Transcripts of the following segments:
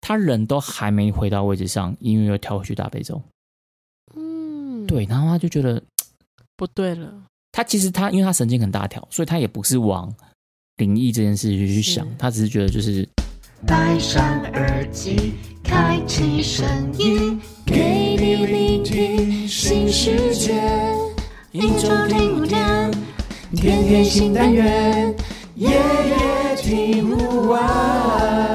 他人都还没回到位置上，音乐又跳回去大悲咒。嗯，对，然后他就觉得不对了，他其实他因为他神经很大条，所以他也不是往灵异这件事情去想是，他只是觉得就是戴上耳机，开启声音，给你聆听新世界。一周听五天，天天新单元，夜夜听不完。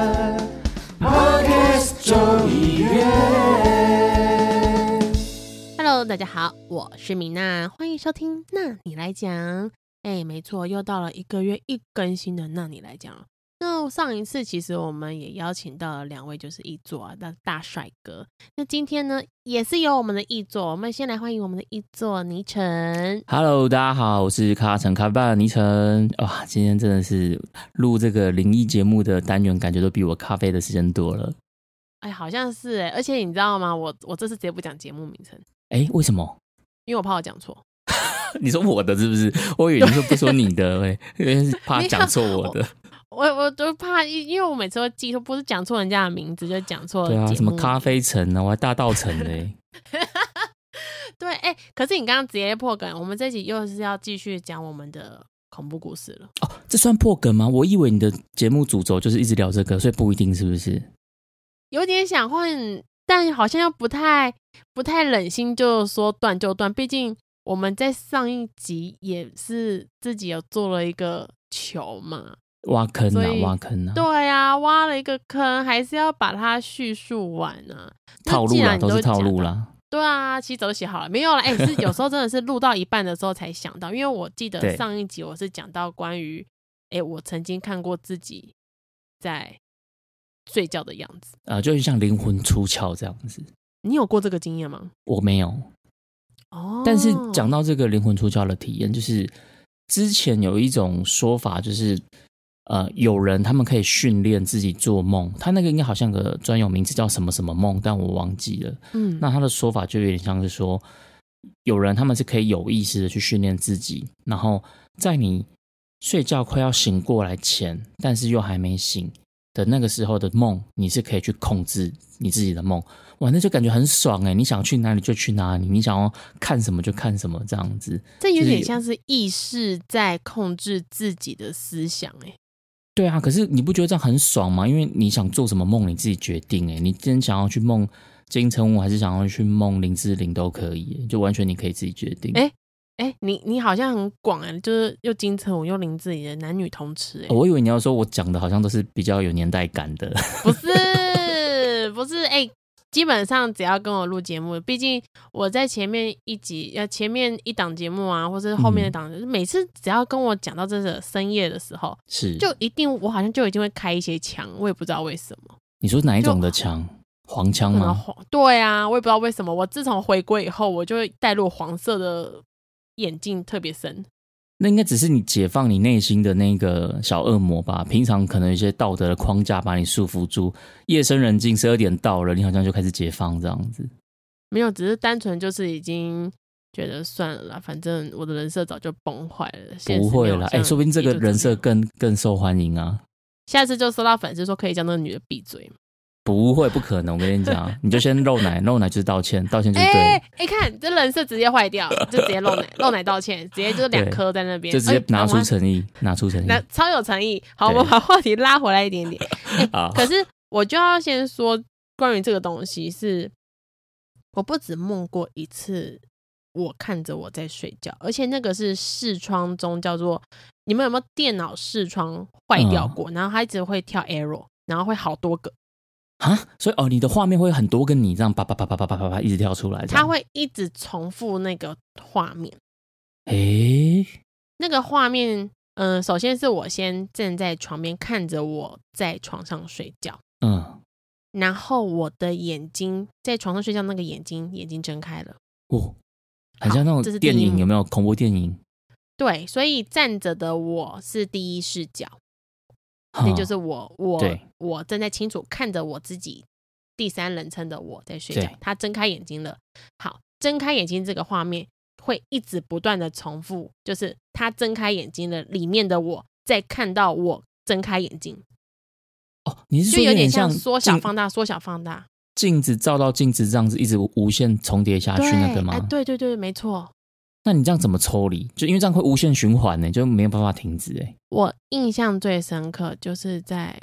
Podcast 众议院。 Hello，大家好，我是米娜，欢迎收听《那你来讲》。哎，没错，又到了一个月一更新的《那你来讲》了。那上一次其实我们也邀请到了两位，就是一座啊大大帅哥。那今天呢，也是有我们的一座，我们先来欢迎我们的一座倪晨。 Hello，大家好，我是卡城卡爸倪晨。哇，今天真的是录这个灵异节目的单元，感觉都比我咖啡的时间多了。哎，好像是哎，而且你知道吗？我我这次直接不讲节目名称，哎，为什么？ 因为我怕我讲错。你说我的是不是？我以为你说不说你的，喂，因为是 怕讲错我的。我我都怕，因因为我每次都记错，不是讲错人家的名字，就讲错对啊，节什么目咖啡城啊呢？我还大道城嘞。对，哎、可是你刚刚直接破梗，我们这集又是要继续讲我们的恐怖故事了。哦，这算破梗吗？我以为你的节目主轴就是一直聊这个，所以不一定是不是？有点想换，但好像又不太不太忍心，就说断就断。毕竟我们在上一集也是自己有做了一个球嘛，挖坑所啊，以挖坑啊，对啊，挖了一个坑，还是要把它叙述完啊。那套路既啦，然你都是讲套路到啦。对啊，其实早就写好了，没有啦。哎、是有时候真的是录到一半的时候才想到，因为我记对得上一集我是讲到关于，哎、我曾经看过自己在睡觉的样子。呃，就是像灵魂出窍这样子。你有过这个经验吗？我没有，哦，但是讲到这个灵魂出窍的体验，就是之前有一种说法，就是呃，有人他们可以训练自己做梦，他那个应该好像有个专有名词叫什么什么梦，但我忘记了。嗯，那他的说法就有点像是说，有人他们是可以有意识的去训练自己，然后在你睡觉快要醒过来前，但是又还没醒的那个时候的梦，你是可以去控制你自己的梦。哇，那就感觉很爽哎！你想去哪里就去哪里，你想要看什么就看什么，这样子。这有就是点有像是意识在控制自己的思想、哎，对啊，可是你不觉得这样很爽吗？因为你想做什么梦，你自己决定哎。你今天想要去梦金城武，还是想要去梦林志玲都可以欸，就完全你可以自己决定。哎哎、你你好像很广哎、就是又金城武又林志颖的男女通吃、哎、哦我以为你要说我讲的好像都是比较有年代感 的，不是不是，哎、基本上只要跟我录节目，毕竟我在前面一集呃前面一档节目啊，或是后面嗯的档，每次只要跟我讲到这个深夜的时候，是就一定我好像就一定会开一些枪，我也不知道为什么，你说哪一种的枪？黄枪可能吗？黄对啊，我也不知道为什么，我自从回归以后，我就会带入黄色的眼镜特别深。那应该只是你解放你内心的那个小恶魔吧。平常可能有一些道德的框架把你束缚住，夜深人静十二点到了，你好像就开始解放这样子。没有，只是单纯就是已经觉得算了啦，反正我的人设早就崩坏了。现实不会面好啦，像哎、说不定这个也就样人设更更受欢迎啊。下次就收到粉丝说可以叫那个女的闭嘴。不会，不可能！我跟你讲， 你就先露奶，露奶就是道歉，道歉就是对，哎、你看这人设直接坏掉，就直接露 奶，露奶道歉，直接就两颗在那边，就直接哎拿出我诚意，拿出诚意。拿超有诚意。好，我对们把话题拉回来一点点。好， 可是我就要先说，关于这个东西是，我不止梦过一次，我看着我在睡觉，而且那个是视窗中叫做你们有没有电脑视窗坏掉嗯过？然后它一直会跳 error，然后会好多个。啊，所以哦，你的画面会很多跟你这样叭叭叭叭叭叭叭叭一直跳出来这样，它会一直重复那个画面。诶、那个画面，嗯、首先是我先站在床边看着我在床上睡觉，嗯，然后我的眼睛在床上睡觉，那个眼睛眼睛睁开了。哦，很像那这种是第一电影幕有没有恐怖电影？对，所以站着的我是第一视角，哈也就是我嗯我对我正在清楚看着我自己第三人称的我在睡觉对，他睁开眼睛了。好，睁开眼睛这个画面会一直不断的重复，就是他睁开眼睛了，里面的我在看到我睁开眼睛。哦，你是就说有点点像像缩小镜放大、缩小放大镜子照到镜子这样子一直无限重叠啊下去对，那个吗？哎，对对对，没错。那你这样怎么抽离？就因为这样会无限循环呢、就没有办法停止哎、我印象最深刻就是在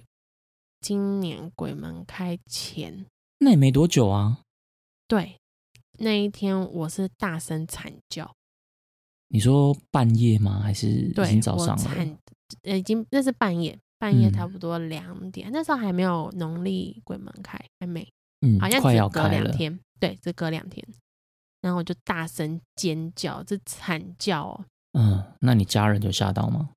今年鬼门开前，那也没多久啊。对那一天我是大声惨叫，你说半夜吗？还是已对经早我上了？惨，呃，已经那是半夜，半夜嗯差不多两点，那时候还没有农历鬼门开，还没，嗯好像，快要只隔开两了。天，对，只隔两天。然后我就大声尖叫，这惨叫哦！嗯，那你家人有吓到吗？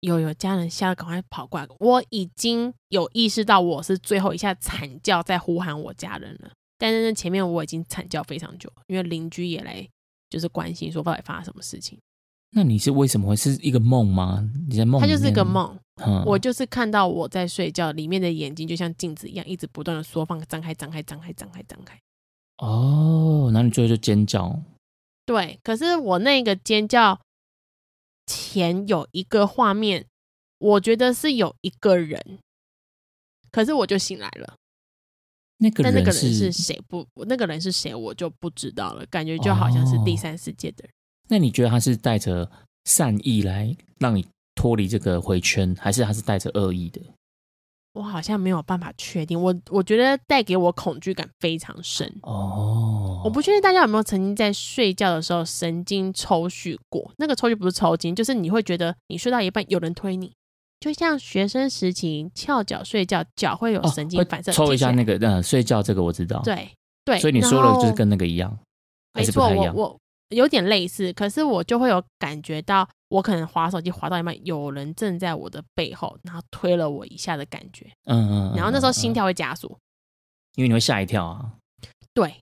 有有家人吓得赶快跑过来，我已经有意识到我是最后一下惨叫在呼喊我家人了，但是那前面我已经惨叫非常久了，因为邻居也来就是关心说到底发生什么事情，那你是为什么会是一个梦吗？你在梦？它就是个。梦，嗯，我就是看到我在睡觉，里面的眼睛就像镜子一样，一直不断的缩放，张开，张开，张开，张开，张开。哦，然后你最后就尖叫。对，可是我那个尖叫前有一个画面，我觉得是有一个人，可是我就醒来了，那个但那个人是是谁不，那个人是谁我就不知道了，感觉就好像是第哦三世界的人。那你觉得他是带着善意来让你脱离这个回圈，还是他是带着恶意的？我好像没有办法确定，我我觉得带给我恐惧感非常深。哦，我不确定大家有没有曾经在睡觉的时候神经抽搐过。那个抽搐不是抽筋，就是你会觉得你睡到一半有人推你，就像学生时期翘脚睡觉，脚会有哦神经会反射、抽一下那个。个，嗯，睡觉这个我知道。，对对，所以你然说了就是后跟那个一样，还没是不错，太一我样。我有点类似，可是我就会有感觉到，我可能滑手机滑到一半，有人正在我的背后，然后推了我一下的感觉，嗯嗯。然后那时候嗯，心嗯跳会加速。因为你会吓一跳啊。对，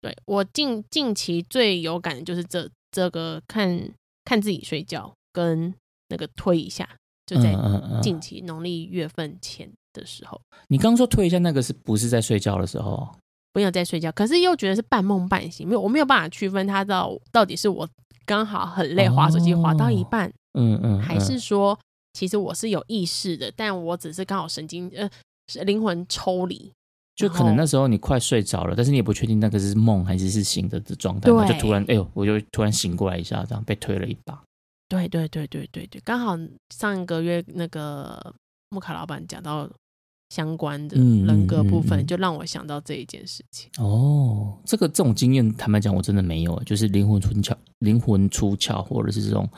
对我近近期最有感的就是这这个看看自己睡觉跟那个推一下，就在嗯嗯嗯近嗯。期农历月份前的时候，你刚刚说推一下那个是不是在睡觉的时候？没有在睡觉，可是又觉得是半梦半醒，没有我没有办法区分它到到底是我刚好很累滑手机滑到一哦半，嗯嗯。还嗯是说其实我是有意识的，但我只是刚好神经呃是灵魂抽离，就可能那时候你快睡着了，但是你也不确定那个是梦还是是醒的的状态嘛，对就突然哎呦，我就突然醒过来一下，这样被推了一把。对对对对对对，刚好上个月那个木卡老板讲到相关的嗯嗯人格部分，嗯嗯就让我想到这一件事情。哦，这个这种经验，坦白讲，我真的没有，欸就是灵魂出窍、灵魂出窍，或者是这种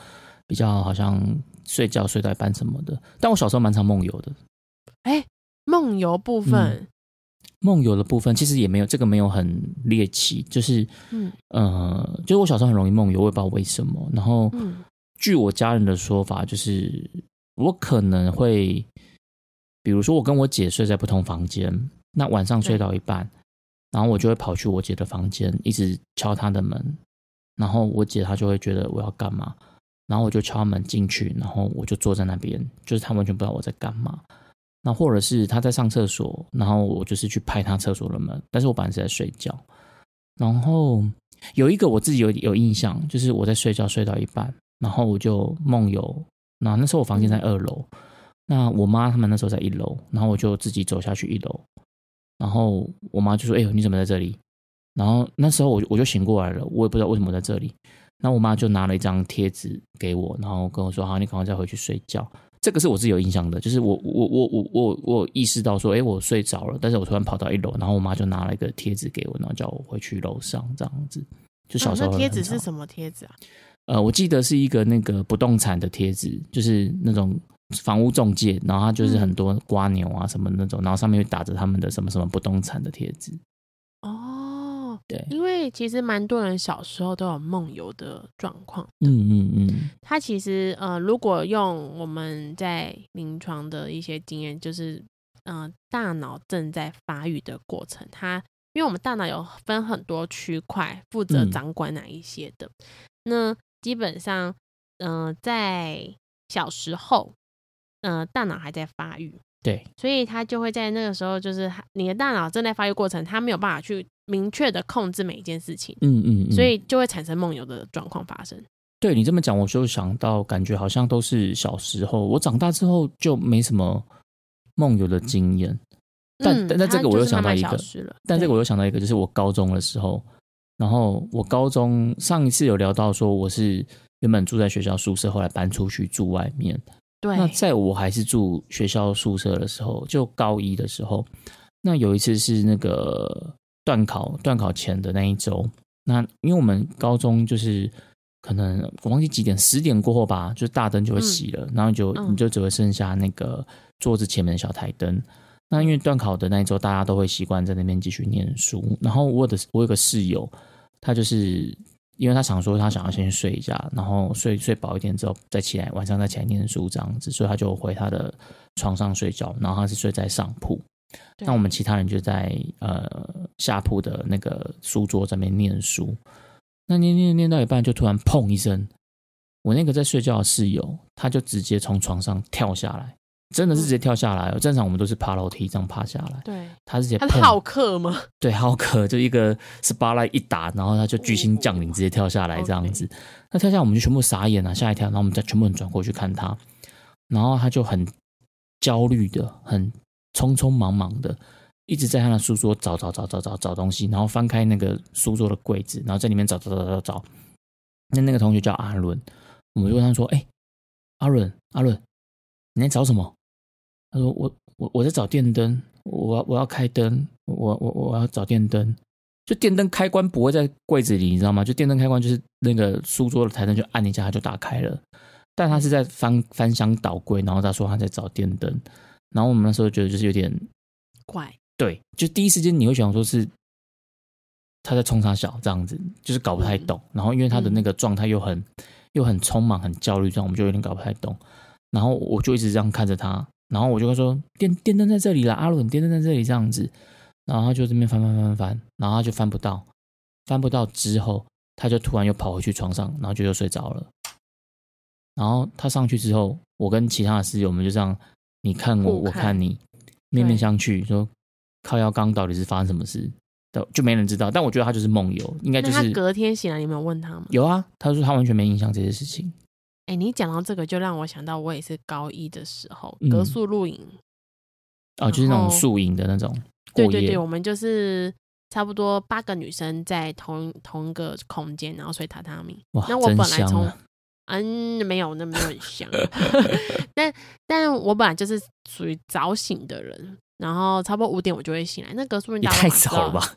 比较好像睡觉睡到一半什么的。但我小时候蛮常梦游的，哎，梦游部嗯分，梦游的部分其实也没有这个没有很猎奇，就是嗯呃，就是我小时候很容易梦游，我也不知道为什么。然后嗯据我家人的说法，就是我可能会，比如说我跟我姐睡在不同房间，那晚上睡到一半，然后我就会跑去我姐的房间，一直敲她的门，然后我姐她就会觉得我要干嘛，然后我就敲门进去，然后我就坐在那边，就是她完全不知道我在干嘛。那或者是她在上厕所，然后我就是去拍她厕所的门，但是我本来是在睡觉。然后有一个我自己有有印象，就是我在睡觉睡到一半，然后我就梦游。那那时候我房间在嗯二楼，那我妈他们那时候在一楼，然后我就自己走下去一楼，然后我妈就说：“哎呦，你怎么在这里？”然后那时候我就我就醒过来了，我也不知道为什么我在这里。那我妈就拿了一张贴纸给我，然后跟我说：“好，你赶快再回去睡觉。”这个是我自己有印象的，就是我我我我我我有意识到说，哎，我睡着了，但是我突然跑到一楼，然后我妈就拿了一个贴纸给我，然后叫我回去楼上这样子。就小啊时候、那贴纸是什么贴纸啊？呃，我记得是一个那个不动产的贴纸，就是那种房屋中介，然后它就是嗯很多瓜牛啊什么那种，然后上面会打着他们的什么什么不动产的贴纸。哦，对，因为其实蛮多人小时候都有梦游的状况。嗯嗯嗯，它其实呃，如果用我们在临床的一些经验，就是呃，大脑正在发育的过程，它因为我们大脑有分很多区块，负责嗯掌管哪一些的。那基本上，呃，在小时候，呃，大脑还在发育，对，所以它就会在那个时候，就是它你的大脑正在发育过程，它没有办法去明确的控制每一件事情，嗯嗯嗯，所以就会产生梦游的状况发生。对你这么讲，我就想到感觉好像都是小时候，我长大之后就没什么梦游的经验。但嗯但但这它个我就又是想慢慢到一消个失了但这个对我又想到一个，就是我高中的时候，然后我高中上一次有聊到说我是原本住在学校宿舍，后来搬出去住外面。对那在我还是住学校宿舍的时候，就高一的时候，那有一次是那个断考，断考前的那一周。那因为我们高中就是可能我忘记几点，十点过后吧，就是大灯就会熄了，然后你就嗯你就只会剩下那个桌子前面的小台灯。那因为断考的那一周，大家都会习惯在那边继续念书。然后我的我有个室友，他就是因为他想说他想要先睡一下，然后睡睡饱一点之后再起来，晚上再起来念书这样子，所以他就回他的床上睡觉，然后他是睡在上铺，对那我们其他人就在呃下铺的那个书桌这边念书。那念念念到一半，就突然砰一声，我那个在睡觉的室友，他就直接从床上跳下来，真的是直接跳下来、哦。正常我们都是爬楼梯这样爬下来，对，他是直接他砰是好客吗？ 对，浩克就一个 s p a l 一打，然后他就巨星降临，直接跳下来这样子。那跳下来我们就全部傻眼啊，吓一跳，然后我们再全部人转过去看他，然后他就很焦虑的，很匆匆忙忙的，一直在他的书桌找找找找找找东西，然后翻开那个书桌的柜子，然后在里面找找找找找。那那个同学叫阿伦，我们就问他说：“哎、阿伦，阿伦，你在找什么？”他说：“我我我在找电灯，我要我要开灯，我我我要找电灯。就电灯开关不会在柜子里，你知道吗？就电灯开关就是那个书桌的台灯，就按一下它就打开了。但他是在翻翻箱倒柜，然后他说他在找电灯，然后我们那时候觉得就是有点怪，对，就第一时间你会想说是他在冲他小这样子，就是搞不太懂。然后因为他的那个状态又很、又很匆忙、很焦虑，这样我们就有点搞不太懂。然后我就一直这样看着他，然后我就跟他说电电灯在这里啦，阿伦电灯在这里这样子。然后他就这边翻翻翻翻翻，然后他就翻不到，翻不到之后，他就突然又跑回去床上，然后就又睡着了。然后他上去之后，我跟其他的室友我们就这样，你看我，互我看看你，面面相觑，说靠腰刚到底是发生什么事，都就没人知道。但我觉得他就是梦游，应该哎就那他是隔天醒来，你们有问他吗？有啊。他说他完全没印象这些事情。哎、你讲到这个，就让我想到我也是高一的时候，嗯格宿露营，哦，就是那然种后宿营的那种过对夜，对对，我们就是差不多八个女生在同同一个空间，然后睡榻榻米。哇，那我本真来香从啊！嗯，没有，那没有很香。 但但我本来就是属于早醒的人，然后差不多五点我就会醒来。那格宿露营也大家太都知道早了？吧？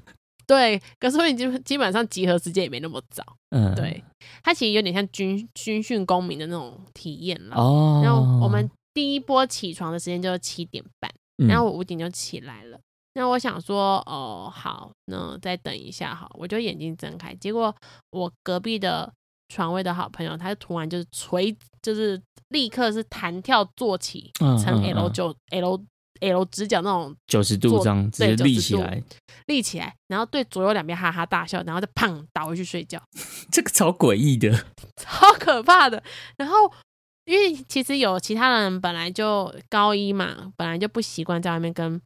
对，格宿露营基基本上集合时间也没那么早。嗯，对，它其实有点像军军训公民的那种体验啦。哦。然后我们第一波起床的时间就是七点半，嗯，然后我五点就起来了。那我想说，哦，好，那再等一下好，我就眼睛睁开，结果我隔壁的床位的好朋友，他突然就是垂，就是立刻是弹跳坐起，嗯成嗯 L 嗯九 L L 直角那种九十度坐这样直接对立90起度来，立起来，然后对左右两边哈哈大笑，然后再砰倒回去睡觉。 这个超诡异的。超可怕的。然后因为其实有其他人本来就高一嘛，本来就不习惯在外面跟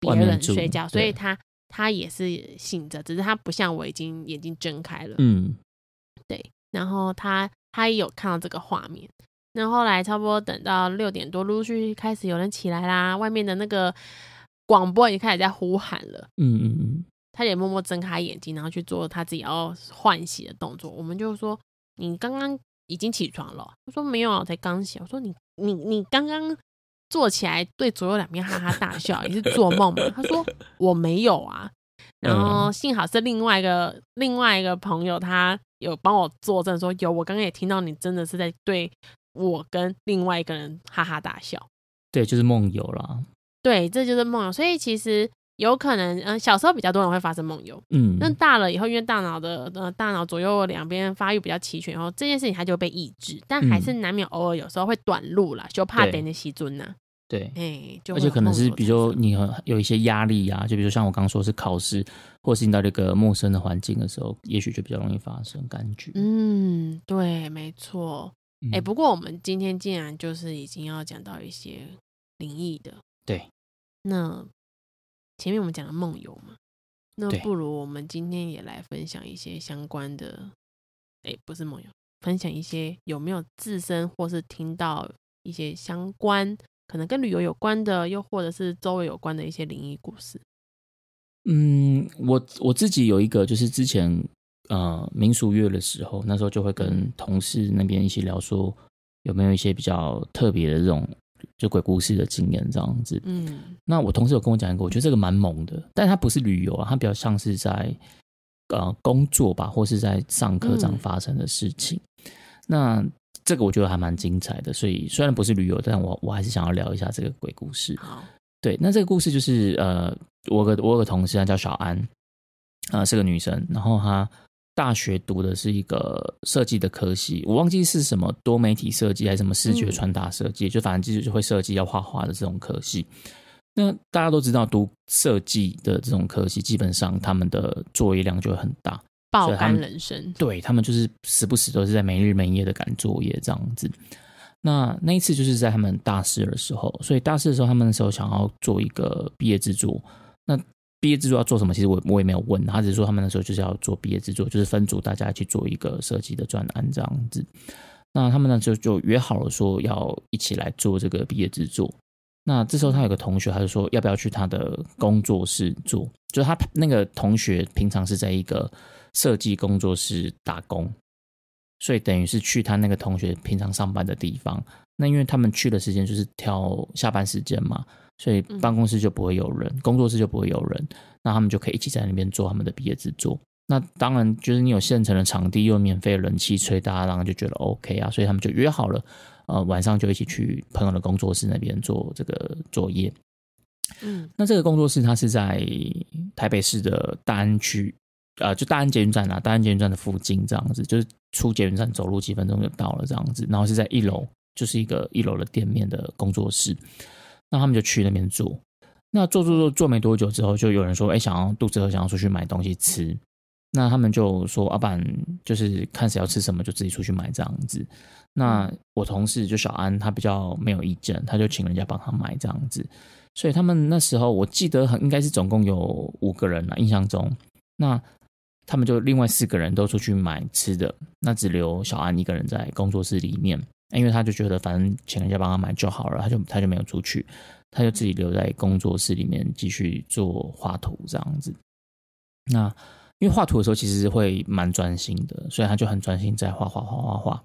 别外面人住睡觉，所对以他他也是醒着，只是他不像我已经眼睛睁开了。嗯，然后他他也有看到这个画面。那后来差不多等到六点多，陆续开始有人起来啦，外面的那个广播也开始在呼喊了。嗯嗯嗯，他也默默睁开眼睛，然后去做他自己要换洗的动作。我们就说：“你刚刚已经起床了哦。”他说：“没有啊，我才刚醒。”我说：“你你你刚刚坐起来对左右两边哈哈大笑，你是做梦吗？”他说：“我没有啊。”然后幸好是另外一个另外一个朋友，他有帮我作证说有，我刚刚也听到你真的是在对我跟另外一个人哈哈大笑。对，就是梦游啦。对，这就是梦游。所以其实有可能，嗯、小时候比较多人会发生梦游。嗯，那大了以后，因为大脑的呃大脑左右两边发育比较齐全以后，这件事情它就会被抑制，但还是难免偶尔有时候会短路啦，就怕对点的习尊呐，对，哎、就而会且有可能梦游是产比如生你很有一些压力啊，就比如像我刚刚说是考试，或是你到这个陌生的环境的时候，也许就比较容易发生感觉。嗯，对，没错，嗯哎、不过我们今天竟然就是已经要讲到一些灵异的，对，那前面我们讲了梦游嘛，那对不如我们今天也来分享一些相关的，哎、不是梦游，分享一些有没有自身或是听到一些相关可能跟旅游有关的，又或者是周围有关的一些灵异故事。嗯，我我自己有一个，就是之前呃民俗月的时候，那时候就会嗯跟同事那边一起聊说，有没有一些比较特别的这种就鬼故事的经验这样子。嗯那我同事有跟我讲一个，我觉得这个蛮猛的，但它不是旅游啊，它比较像是在呃工作吧，或是在上课这样嗯发生的事情。那这个我觉得还蛮精彩的，所以虽然不是旅游，但我我还是想要聊一下这个鬼故事。好，对，那这个故事就是呃，我有个我有个同事，她叫小安，呃，是个女生，然后她大学读的是一个设计的科系，我忘记是什么多媒体设计还是什么视觉嗯传达设计，就反正就是会设计要画画的这种科系。那大家都知道，读设计的这种科系，基本上他们的作业量就会很大，爆所以他肝们人生，对他们就是时不时都是在没日没夜的赶作业这样子。那那一次就是在他们大四的时候，所以大四的时候他们那时候想要做一个毕业制作。那毕业制作要做什么？其实我我也没有问，他只是说他们那时候就是要做毕业制作，就是分组大家去做一个设计的专案这样子。那他们呢就就约好了说要一起来做这个毕业制作。那这时候他有个同学，他就说要不要去他的工作室做？就是他那个同学平常是在一个设计工作室打工，所以等于是去他那个同学平常上班的地方。那因为他们去的时间就是挑下班时间嘛，所以嗯办公室就不会有人，工作室就不会有人，那他们就可以一起在那边做他们的毕业制作。那当然，就是你有现成的场地，又有免费的冷气吹，大家当然就觉得 OK 啊，所以他们就约好了，呃，晚上就一起去朋友的工作室那边做这个作业。嗯那这个工作室它是在台北市的大安区，呃，就大安捷运站啊，大安捷运站的附近这样子，就是出捷运站走路几分钟就到了这样子。然后是在一楼，就是一个一楼的店面的工作室。那他们就去那边做，那做做做做没多久之后，就有人说，哎、想要肚子饿，想要出去买东西吃。那他们就说，阿、啊、板就是看谁要吃什么，就自己出去买这样子。那我同事就小安，他比较没有意见，他就请人家帮他买这样子。所以他们那时候我记得很应该是总共有五个人了，啊印象中。那他们就另外四个人都出去买吃的，那只留小安一个人在工作室里面，因为他就觉得反正请人家帮他买就好了，他就他就没有出去，他就自己留在工作室里面继续做画图这样子。那因为画图的时候其实会蛮专心的，所以他就很专心在画画画画画。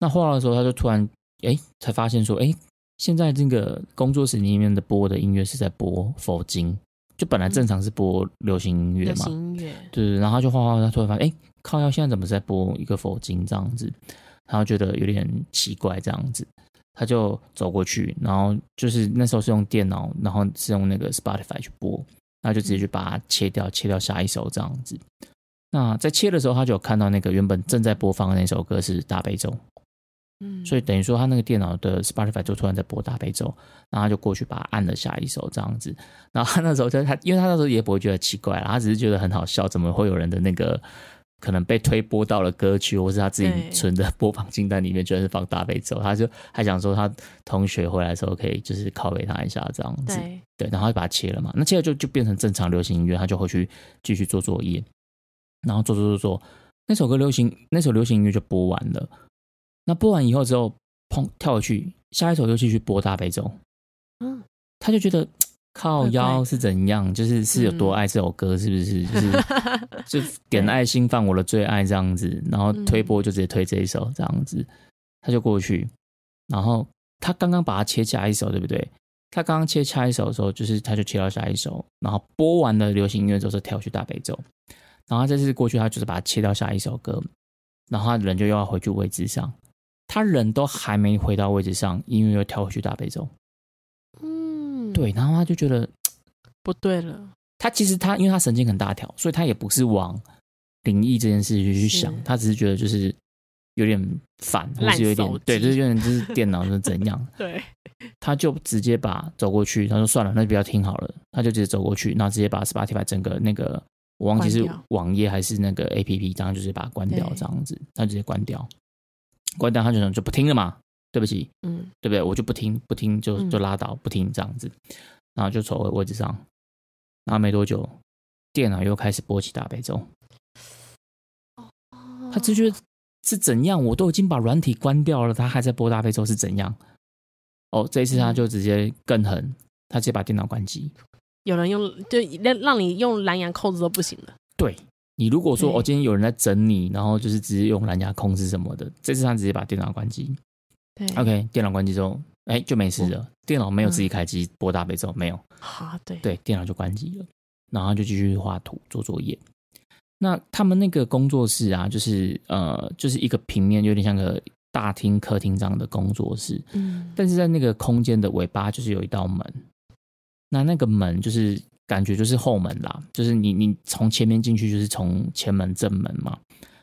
那画的时候，他就突然哎、才发现说，哎、现在这个工作室里面的播的音乐是在播佛经，就本来正常是播流行音乐流嘛行，音乐，对，然后他就画画，他突然发现，哎，靠腰现在怎么在播一个佛经这样子？然后觉得有点奇怪这样子，他就走过去，然后就是那时候是用电脑，然后是用那个 Spotify 去播，然后就直接去把它切掉，切掉下一首这样子。那在切的时候，他就有看到那个原本正在播放的那首歌是大悲咒，嗯，所以等于说他那个电脑的 Spotify 就突然在播大悲咒，然后他就过去把它按了下一首这样子。然后他那时候就他，因为他那时候也不会觉得奇怪啦，他只是觉得很好笑，怎么会有人的那个可能被推播到了歌曲，或是他自己对存的播放清单里面居然是放大悲咒，他就还想说他同学回来的时候可以就是拷贝他一下这样子。对，对，然后就把它切了嘛。那切了就就变成正常流行音乐，他就回去继续做作业，然后做做做做，那首歌流行那首流行音乐就播完了。那播完以后之后，砰跳回去，下一首又继续播大悲咒，嗯，他就觉得靠怪怪腰的是怎样，就是是有多嗯爱这首歌，是不是？就是就点爱心放我的最爱这样子，然后推播就直接推这一首这样子，他就过去，然后他刚刚把它切下一首，对不对？他刚刚切下一首的时候，就是他就切到下一首，然后播完了流行音乐之后，就跳去大悲咒，然后他这次过去，他就是把它切到下一首歌，然后他人就又要回去位置上，他人都还没回到位置上，音乐又跳回去大悲咒，嗯，对，，然后他就觉得不对了，他其实他因为他神经很大条，所以他也不是往灵异这件事情去是想，他只是觉得就是有点烦，或烂是有手点机对，就是有点就是电脑是怎 样，对，他就直接把走过去，他说算了，那就不要听好了，他就直接走过去，然后直接把 Spotify 整个那个我忘记是关掉网页还是那个 APP，当然就是把它关掉对这样子，他直接关掉，关掉他就想就不听了嘛，对不起，嗯，对不对？我就不听，不听就嗯就拉倒，不听这样子，然后就走回位置上，然后没多久，电脑又开始播起大悲哦咒，他只觉得是怎样，我都已经把软体关掉了，他还在播大悲咒是怎样？哦，这一次嗯他就直接更狠，他直接把电脑关机。有人用就让让你用蓝牙扣子都不行了，对你如果说对哦，今天有人在整你，然后就是直接用蓝牙控制什么的，这次他直接把电脑关机。对哦嗯 OK，电脑关机之后，哎，就没事了。电脑没有自己开机播大悲咒，没有，好，对，对，电脑就关机了，然后就继续画图做作业。那他们那个工作室啊，就是呃，就是一个平面，有点像个大厅、客厅这样的工作室，嗯，但是在那个空间的尾巴就是有一道门，那那个门就是感觉就是后门啦，就是你你从前面进去就是从前门正门嘛，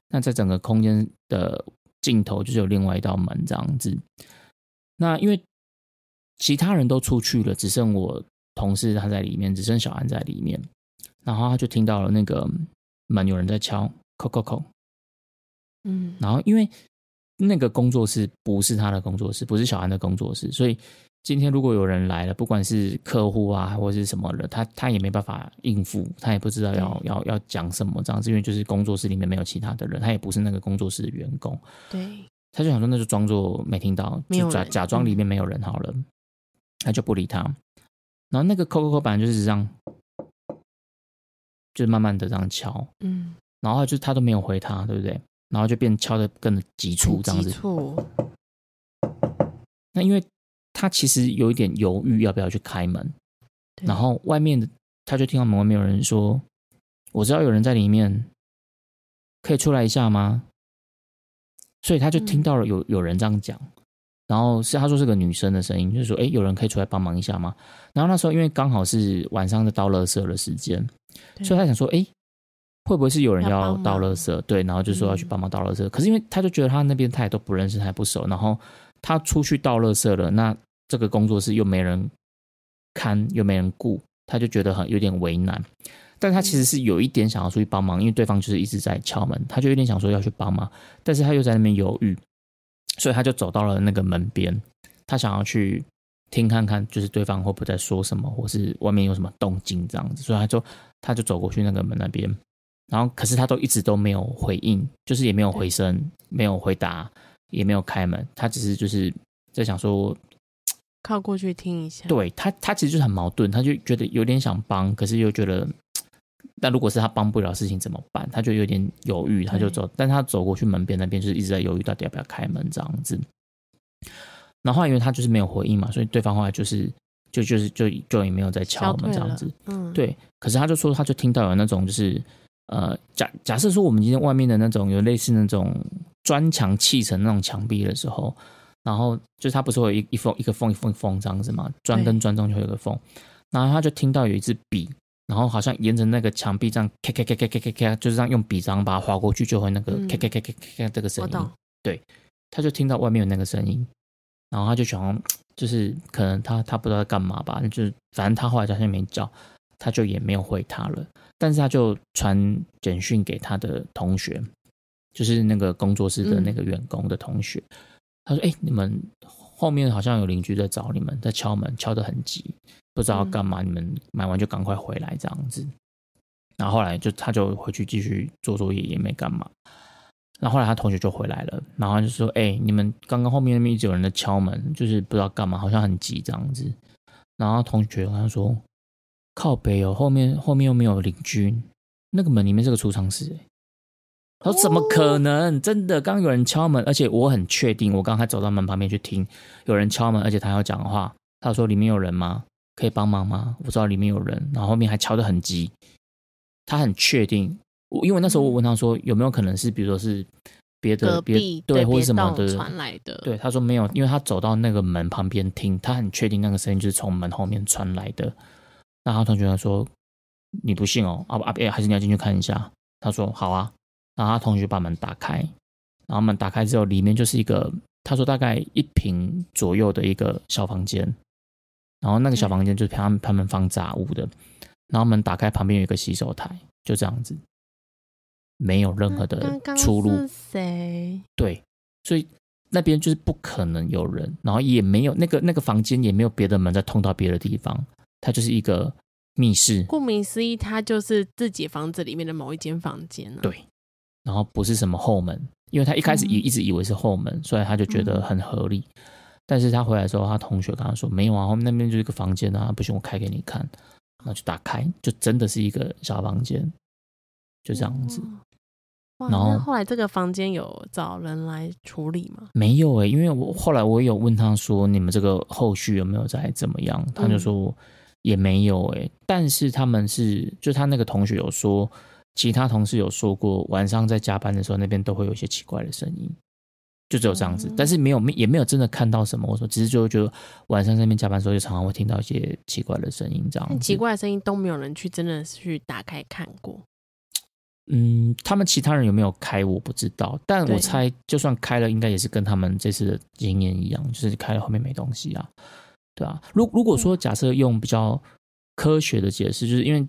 那在整个空间的尽头就是有另外一道门这样子。那因为其他人都出去了，只剩我同事他在里面，只剩小安在里面，然后他就听到了那个门有人在敲，叩叩叩，嗯，然后因为那个工作室不是他的工作室，不是小安的工作室，所以今天如果有人来了，不管是客户啊或是什么人，他他也没办法应付，他也不知道要要要讲什么这样子，因为就是工作室里面没有其他的人，他也不是那个工作室的员工，对，他就想说那就装作没听到，没有就假人假装里面没有人好了，他就不理他。然后那个扣扣扣本来就是这样，就是慢慢的这样敲，嗯，然后就他都没有回他，对不对？然后就变敲的更急促这样基子。础，那因为他其实有一点犹豫要不要去开门，对然后外面的他就听到门外面有人说：“我知道有人在里面，可以出来一下吗？”所以他就嗯听到了有、有人这样讲，然后是他说是个女生的声音，就是说：“哎，有人可以出来帮忙一下吗？”然后那时候因为刚好是晚上的倒垃圾的时间，对所以他想说，哎、会不会是有人要要帮忙倒垃圾？对，然后就说要去帮忙倒垃圾。可是因为他就觉得他那边他也都不认识，他也不熟，然后他出去倒垃圾了，那这个工作室又没人看，又没人顾，他就觉得很有点为难。但他其实是有一点想要出去帮忙，因为对方就是一直在敲门，他就有点想说要去帮忙，但是他又在那边犹豫，所以他就走到了那个门边，他想要去听看看，就是对方会不会在说什么，或是外面有什么动静这样子，所以他就他就走过去那个门那边，然后可是他都一直都没有回应，就是也没有回声，没有回答，也没有开门，他只是就是在想说，靠过去听一下，对他他其实就是很矛盾，他就觉得有点想帮，可是又觉得。那如果是他帮不了事情怎么办？他就有点犹豫，他就走，但他走过去门边那边就是一直在犹豫到底要不要开门这样子。然后后来因为他就是没有回应嘛，所以对方后来就是就就是就就也没有再敲消门退这样了子。嗯，对，可是他就说，他就听到有那种就是，呃，假假设说我们今天外面的那种有类似那种砖墙砌成那种墙壁的时候，然后就是它不是会有一一缝一个缝一缝一缝这样子嘛，砖跟对砖中间会有个缝，然后他就听到有一支笔，然后好像沿着那个墙壁这样咔咔咔咔咔咔咔，就是这样用笔这样把它划过去，就会那个嗯咔咔咔咔咔咔这个声我音懂，，他就听到外面有那个声音，然后他就想要，就是可能他他不知道在干嘛吧，就是反正他后来发现没叫，他就也没有回他了，但是他就传简讯给他的同学，就是那个工作室的那个员工的同学，他说：“哎、你们后面好像有邻居在找你们，在敲门，敲得很急，不知道要干嘛，你们买完就赶快回来这样子。”然后后来就他就回去继续做作业，也没干嘛。然后后来他同学就回来了，然后他就说：“哎、你们刚刚后面那边一直有人在敲门，就是不知道干嘛，好像很急这样子。”然后同学跟他说：“靠北哦，后面后面又没有邻居，那个门里面是个储藏室、欸。”他说：“怎么可能？真的，刚刚有人敲门，而且我很确定，我刚才走到门旁边去听，有人敲门，而且他要讲话。他说里面有人吗？可以帮忙吗？我知道里面有人，然后后面还敲得很急。他很确定，我因为那时候我问他说有没有可能是，比如说是别的嗯隔别壁对对或别者什么动的传来的，对，他说没有，因为他走到那个门旁边听，他很确定那个声音就是从门后面传来的。那他同学就说：“你不信哦，啊不啊，哎、还是你要进去看一下。”他说：“好啊。”然后他同学把门打开，然后门打开之后，里面就是一个他说大概一平左右的一个小房间，然后那嗯个小房间就是他们他们放杂物的，然后门打开旁边有一个洗手台，就这样子，没有任何那的刚刚出路。是谁？对，所以那边就是不可能有人，然后也没有那个那个房间也没有别的门在通到别的地方，它就是一个密室，顾名思义，它就是自己房子里面的某一间房间啊。对，然后不是什么后门，因为他一开始嗯也一直以为是后门，所以他就觉得很合理。但是他回来的时候，他同学跟他说没有啊，后面那边就是一个房间啊，不行我开给你看，那就打开，就真的是一个小房间，就这样子。哦哇。然哇，后那后来这个房间有找人来处理吗？没有欸诶、因为我后来我有问他说你们这个后续有没有在怎么样，嗯他就说也没有诶、但是他们是就他那个同学有说，其他同事有说过晚上在加班的时候那边都会有一些奇怪的声音，就只有这样子，哦但是没有也没有真的看到什么，我说只是就觉得晚上在那边加班的时候就常常会听到一些奇怪的声音这样很子，奇怪的声音都没有人去真的去打开看过。嗯，他们其他人有没有开我不知道，但我对猜就算开了，应该也是跟他们这次的经验一样，就是开了后面没东西啊，对啊。如如果说假设用比较科学的解释，就是因为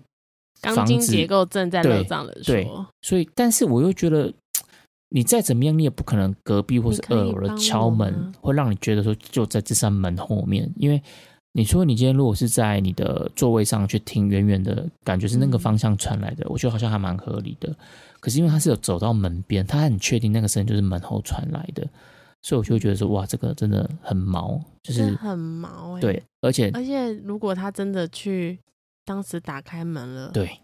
钢房筋子结构正在对热胀冷对缩，所以，但是我又觉得，你再怎么样，你也不可能隔壁或是二楼的敲你可以帮我门吗会让你觉得说就在这扇门后面，因为你说你今天如果是在你的座位上去听，远远的感觉是那个嗯方向传来的，我觉得好像还蛮合理的。可是因为他是有走到门边，他很确定那个声音就是门后传来的，所以我就会觉得说哇，这个真的很毛，就真的是很毛哎、对，而且而且如果他真的去当时打开门了，，对，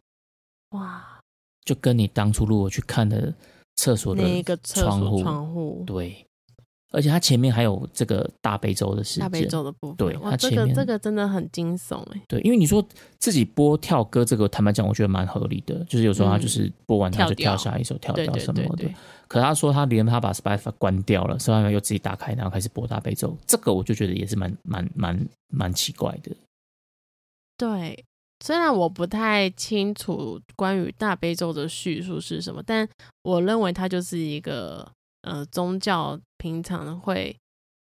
哇，就跟你当初如果去看的厕所的那一个厕窗户所窗户对，而且它前面还有这个大悲咒的事大悲件，咒的部分，对哇，它这前个面这个真的很惊悚哎、对，因为你说自己播跳歌这个，坦白讲，我觉得蛮合理的，就是有时候他就是播完他嗯跳就跳掉下一首，跳对掉对什么对的。对，可他说他连他把 Spotify 关掉了，Spotify 又自己打开，然后开始播大悲咒，这个我就觉得也是蛮蛮蛮蛮奇怪的。对。虽然我不太清楚关于大悲咒的叙述是什么，但我认为它就是一个呃宗教平常会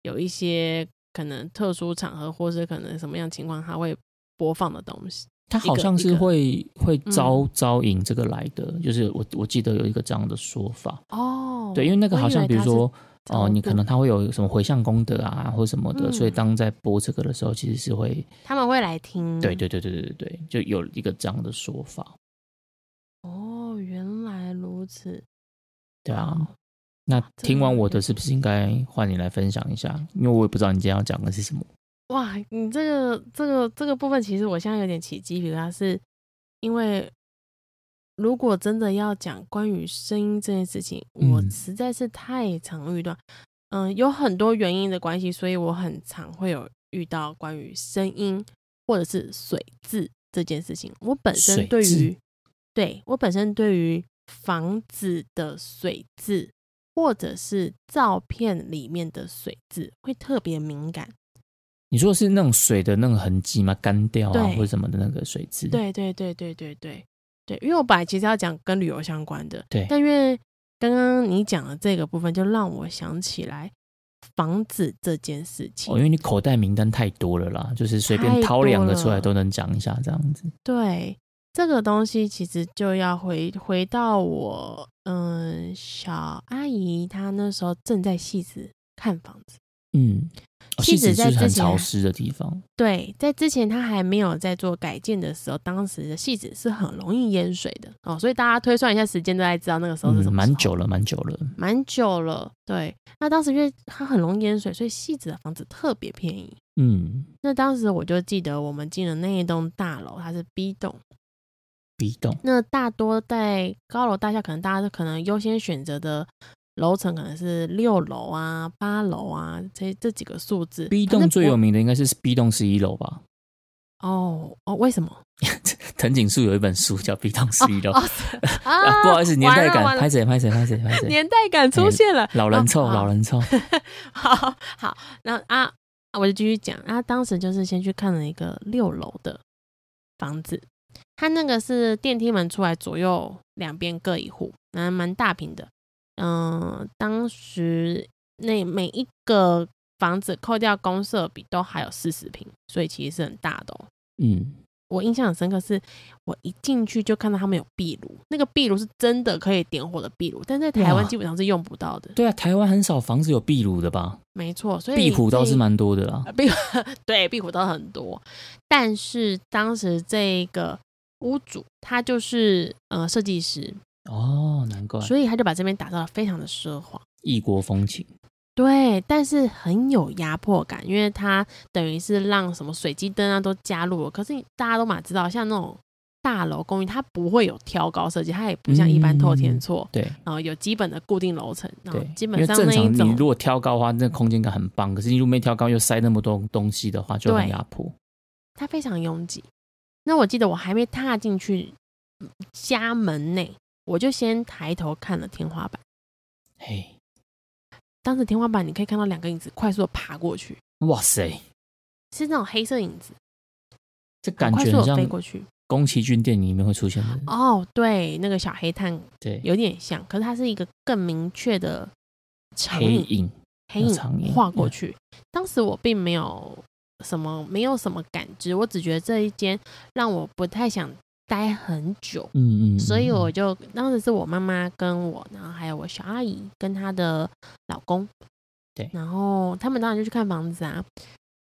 有一些可能特殊场合，或是可能什么样情况，它会播放的东西。他好一个像一是个会会嗯招、招引这个来的，就是我我记得有一个这样的说法，哦，对，因为那个我以好像为比如它是说哦、超你度可能他会有什么回向功德啊或什么的，所以嗯当在播这个的时候，其实是会他们会来听。对对对对对对，就有一个这样的说法。哦，原来如此。对啊哇，那这听完个我有的，是不是应该换你来分享一下？因为我也不知道你今天要讲的是什么。哇，你这个这个这个部分，其实我现在有点起鸡皮疙瘩，是因为如果真的要讲关于声音这件事情，我嗯实在是太常遇到，嗯、有很多原因的关系，所以我很常会有遇到关于声音或者是水渍这件事情。我本身水对渍于对我本身对于房子的水渍或者是照片里面的水渍会特别敏感。你说的是那种水的那个痕迹吗？干掉啊，对或者什么的那个水渍？，对对对对对对对，因为我本来其实要讲跟旅游相关的，对但因为刚刚你讲的这个部分，就让我想起来房子这件事情。哦，因为你口袋名单太多了啦，就是随便太掏两个多出来了都能讲一下这样子。对这个东西，其实就要回回到我嗯小阿姨她那时候正在戏子看房子。嗯，哦戏戏子子在是之很前潮还湿的地方。对，在之前他还没有在做改建的时候，当时的戏子是很容易淹水的哦，所以大家推算一下时间，大概知道那个时候是什嗯，么蛮时候久了，蛮久了。蛮久了。对，那当时因为它很容易淹水，所以戏子的房子特别便宜。嗯那当时我就记得我们进了那一栋大楼，它是 B 栋。 ，B 栋。那大多在高楼大厦，可能大家都可能优先选择的楼层可能是六楼啊、八楼啊这这几个数字。 B 反正栋啊最不有名的应该是 B 栋十一楼吧？哦哦，为什么？藤井树有一本书叫《B 栋十一楼》哦是 啊，啊，不好意哎思，年完代了完感，了拍谁拍谁拍谁拍谁，年代感出现了，老人臭，哦老 人臭。 好好，然后啊，我就继续讲啊，当时就是先去看了一个六楼的房子，它那个是电梯门出来左右两边各一户，那蛮大平的。嗯、当时那每一个房子扣掉公设比都还有四十平，所以其实是很大的哦。嗯，我印象很深刻是，我一进去就看到他们有壁炉，那个壁炉是真的可以点火的壁炉，但在台湾哇基本上是用不到的。对啊，台湾很少房子有壁炉的吧？没错，所以壁虎倒这是蛮多的啦。呃壁对壁虎都很多，但是当时这个屋主他就是呃设计师，哦，难怪所以他就把这边打造的非常的奢华。异国风情。对，但是很有压迫感，因为它等于是让什么水晶灯啊都加入了。可是你大家都嘛知道，像那种大楼公寓，它不会有挑高设计，它也不像一般透天厝，对然后有基本的固定楼层，然嗯后对，哦基因本为上正那一常你种如果挑高的话，那空间感很棒，可是你如果没挑高又塞那么多东西的话，就很对压迫。它非常拥挤。那我记得我还没踏进去嗯家门内，我就先抬头看了天花板。嘿，当时天花板你可以看到两个影子快速的爬过去，哇塞，是那种黑色影子，这很感快觉速很的飞像嗯过去。宫崎骏电影里面会出现的。哦，对，那个小黑炭对，有点像，可是它是一个更明确的长黑影，影，黑有影长影划过嗯去。当时我并没有什么，没有什么感知，我只觉得这一间让我不太想待很久，嗯嗯，所以嗯我就当时是我妈妈跟我，然后还有我小阿姨跟她的老公，对然后他们当然就去看房子啊。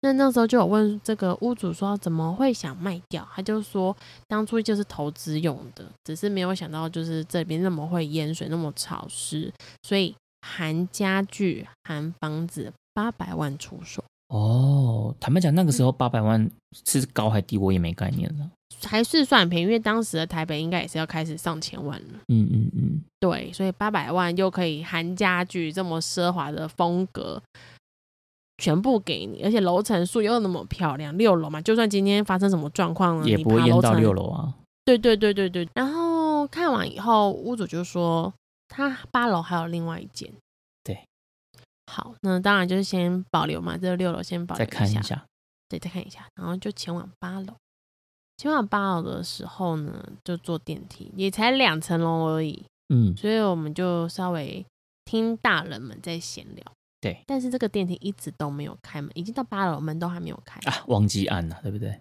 那那时候就有问这个屋主说怎么会想卖掉，他就说当初就是投资用的，只是没有想到就是这边那么会淹水，那么潮湿，所以含家具含房子八百万出手，哦，坦白讲，那个时候八百万是高还低，我也没概念了。还是算便宜，因为当时的台北应该也是要开始上千万了。嗯嗯嗯，对，所以八百万又可以含家具这么奢华的风格，全部给你，而且楼层数又那么漂亮，六楼嘛，就算今天发生什么状况了，也你不会爬淹楼到层六。楼啊。对对对对对。然后看完以后，屋主就说他八楼还有另外一间。对。好，那当然就是先保留嘛，这六楼先保留再看一一下，下，对，再看一下，然后就前往八楼。前往八楼的时候呢，就坐电梯，也才两层楼而已。嗯，所以我们就稍微听大人们在闲聊。对，但是这个电梯一直都没有开门，已经到八楼，门都还没有开，啊，忘记按了，对不对？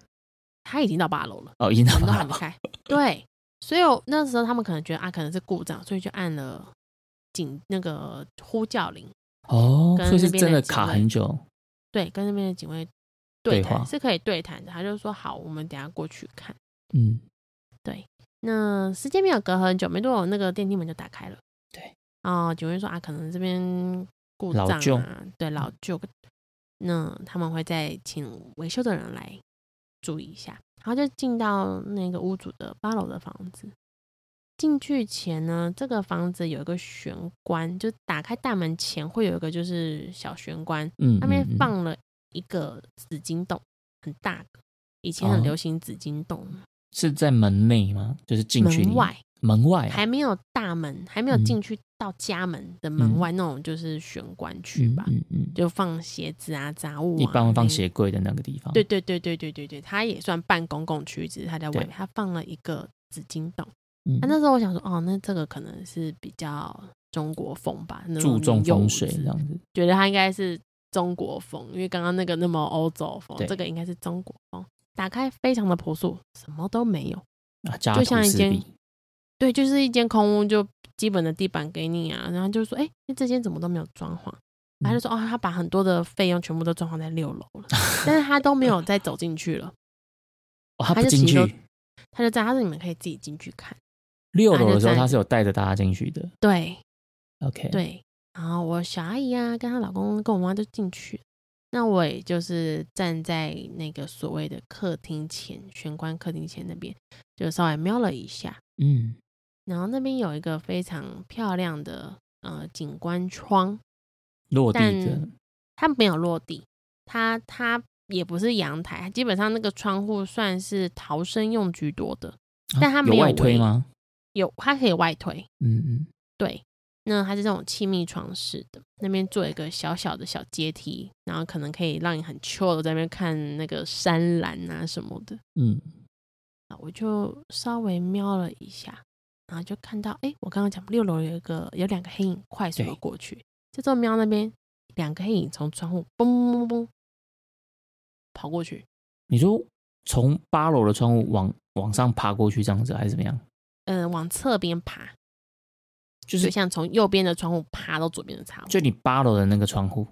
他已经到八楼了， 哦，已经到门都八 还没楼， 开。对，所以我那时候他们可能觉得啊，可能是故障，所以就按了警那个呼叫铃，哦，跟所以是那边真的的警卡卫很久，对，跟那边的警卫对对话谈是可以对谈的。他就说好，我们等一下过去看。嗯，那时间没有隔很久，没多久那个电梯门就打开了。对，哦，警卫说啊，可能这边故障老啊，旧嗯对老旧，那他们会再请维修的人来注意一下。然后就进到那个屋主的八楼的房子。进去前呢，这个房子有一个玄关，就打开大门前会有一个就是小玄关，嗯，那边嗯嗯放了一个紫金洞，很大个，以前很哦流行紫金洞，是在门内吗？就是进去门里外。门外啊还没有大门，还嗯没有进去到家门的门外、那种，就是玄关区吧，嗯嗯就放鞋子啊、杂物啊。嗯，一般会放那。鞋柜的那个地方。对，对对对对对对，它也算半公共区，只是它在外面，对它放了一个紫金洞。嗯啊，那时候我想说，哦，那这个可能是比较中国风吧，那种注重柚风子水这样子。觉得它应该是中国风，因为刚刚那个那么欧洲风，对这个应该是中国风。打开非常的朴素，什么都没有。啊，家就徒像一四间壁，对，就是一间空屋，就基本的地板给你啊，然后就说，哎、那这间怎么都没有装潢？他就说，哦，他把很多的费用全部都装潢在六楼了，但是他都没有再走进去了，哦，他他不就进其实去。他就在，他说你们可以自己进去看，六他楼就的时候，在他是有带着大家进去的。对 OK，，对，然后我小阿姨啊，跟她老公跟我妈就进去了，那我也就是站在那个所谓的客厅前，玄关客厅前那边，就稍微瞄了一下，嗯，然后那边有一个非常漂亮的呃景观窗。落地但的，它没有落地，它它也不是阳台，基本上那个窗户算是逃生用居多的，但啊它没有有外推围吗？有它可以外推，嗯嗯，对，那它是这种气密窗式的，那边做一个小小的小阶梯，然后可能可以让你很 chill 的在那边看那个山岚啊什么的，嗯，啊，我就稍微瞄了一下，然后就看到，哎，我刚刚讲六楼有一个有两个黑影快速的对过去，这时候瞄那边两个黑影从窗户嘣嘣嘣嘣跑过去，你说从八楼的窗户往往上爬过去这样子，还是怎么样？嗯、往侧边爬，就就是像从右边的窗户爬到左边的窗户，就你八楼的那个窗户，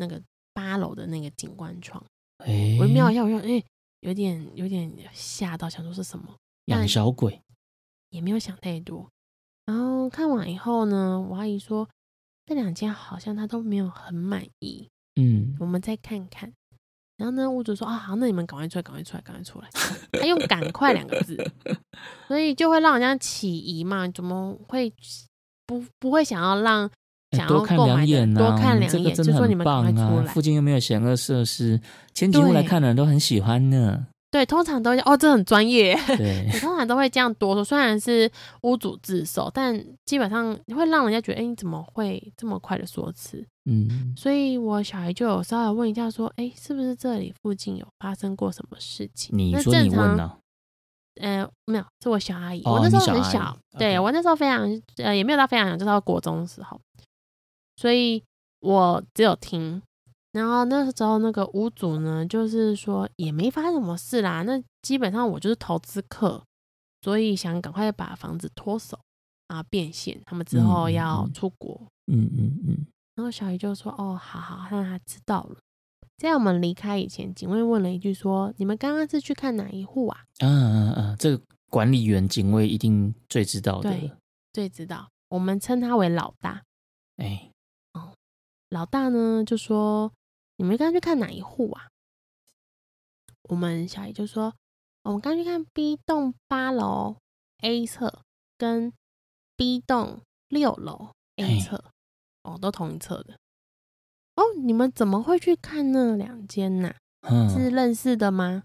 那个八楼的那个景观窗，哎，我就瞄一下，我说，哎，有点有点吓到，想说是什么。养小鬼，也没有想太多。然后看完以后呢，我阿姨说：“这两间好像他都没有很满意，嗯，我们再看看。然后呢，屋主说啊，好，那你们赶快出来，赶快出来，赶快出来。他用“赶快”两个字，所以就会让人家起疑嘛，怎么会不不会想要让哎想要多看购买两的眼呐、多看两这个眼，真就的说你很们赶棒快出啊！来附。近又没有险恶设施，前几户来对看的人都很喜欢呢。对，通常都会哦，这很专业。对，我通常都会这样多说，虽然是屋主自首，但基本上会让人家觉得，哎、你怎么会这么快的说辞？嗯，所以我小孩就有稍微问一下，说，哎、是不是这里附近有发生过什么事情？你那说正你问啊常呢、呃，没有，是我小阿姨。哦我那时候你很小小，阿姨对 OK 我那时候非常呃，也没有到非常小，就是到国中的时候，所以我只有听。然后那时候那个屋主呢，就是说也没发生什么事啦，那基本上我就是投资客，所以想赶快把房子脱手啊变现，他们之后嗯嗯要嗯出国。嗯嗯嗯，然后小姨就说：“哦，好好，那他知道了。”在我们离开以前，警卫问了一句说：“你们刚刚是去看哪一户啊？”啊啊啊！这个管理员、警卫一定最知道的。对最知道，我们称他为老大。哎，老大呢就说：“你们刚刚去看哪一户啊？”我们小姨就说：“哦我们刚刚去看 B 栋八楼 A 侧跟 B 栋六楼 A 嘿侧，哦，都同一侧的。哦，你们怎么会去看那两间呢、是嗯，认识的吗？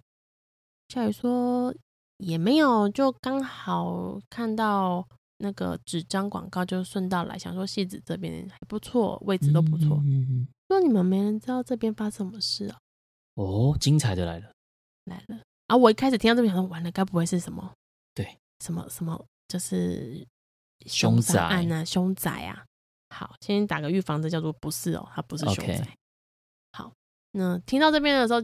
小雨说也没有，就刚好看到那个纸张广告，就顺道来，想说戏子这边还不错，位置都不错。嗯嗯嗯嗯说你们没人知道这边发生什么事哦，哦，精彩的来了。来了啊！我一开始听到这边想说，完了，该不会是什么？对，什么什么就是凶杀案宅啊，凶宅啊。好，先打个预防针，叫做不是哦，它不是凶宅。 OK 好，那听到这边的时候，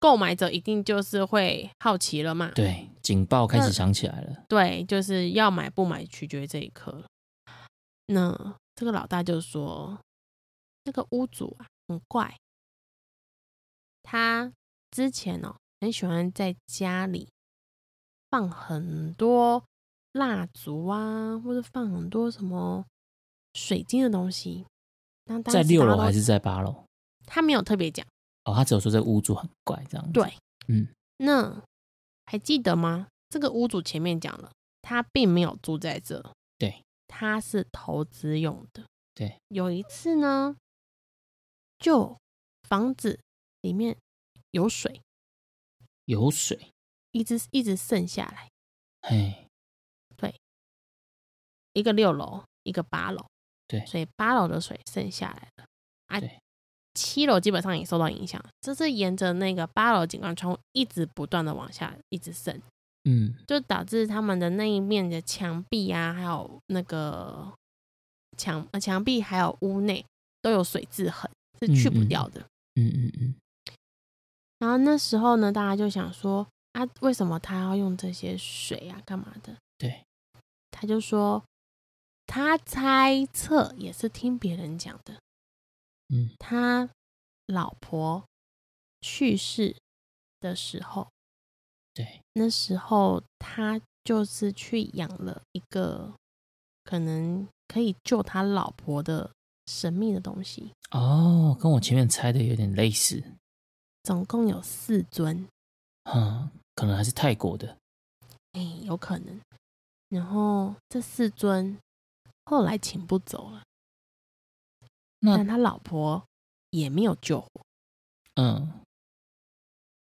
购买者一定就是会好奇了嘛？对，警报开那始响起来了。对，就是要买不买取决于这一刻了。那这个老大就说，那个屋主啊很怪，他之前哦很喜欢在家里放很多蜡烛啊，或者放很多什么水晶的东西。那当在时六大家楼都还是在八楼？他没有特别讲。哦，他只有说这个屋主很怪这样子。对，嗯，那还记得吗？这个屋主前面讲了，他并没有住在这，对，他是投资用的。对，有一次呢，就房子里面有水，有水。一直一直渗下来，哎，一个六楼，一个八楼，对所以八楼的水渗下来了。啊对，七楼基本上也受到影响，这是沿着那个八楼景观窗户一直不断的往下一直渗。嗯，就导致他们的那一面的墙壁啊，还有那个墙呃墙壁还有屋内都有水渍痕，是去不嗯嗯掉的。嗯嗯嗯，然后那时候呢，大家就想说啊，为什么他要用这些水啊，干嘛的？对，他就说他猜测也是听别人讲的，嗯，他老婆去世的时候，对，那时候他就是去养了一个可能可以救他老婆的神秘的东西，哦，跟我前面猜的有点类似。总共有四尊，嗯，可能还是泰国的。哎、有可能。然后这四尊后来请不走了，那但他老婆也没有救活。嗯，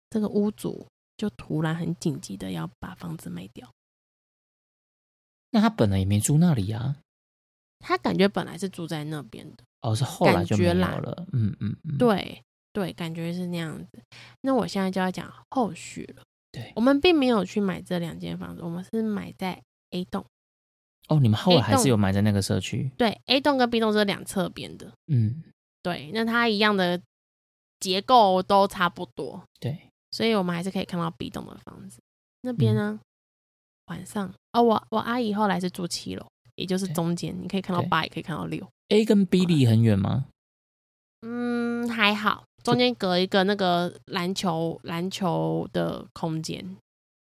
这个屋主就突然很紧急的要把房子卖掉，那他本来也没住那里啊。他感觉本来是住在那边的。哦，是后来就没有感了。嗯嗯嗯，对对，感觉是那样子。那我现在就要讲后续了。对我。们并没有去买这两间房子，我们是买在 A 栋，哦，你们后来 A 还栋是有埋在那个社区。对，A 栋跟 B 栋是两侧边的，嗯，对，那它一样的结构都差不多，对。所以我们还是可以看到 B 栋的房子。那嗯边呢，晚上哦，我我阿姨后来是住七楼，也就是对中间，你可以看到对八，也可以看到六， A 跟 B 离很远吗？嗯，还好，中间隔一个那个篮球篮球的空间，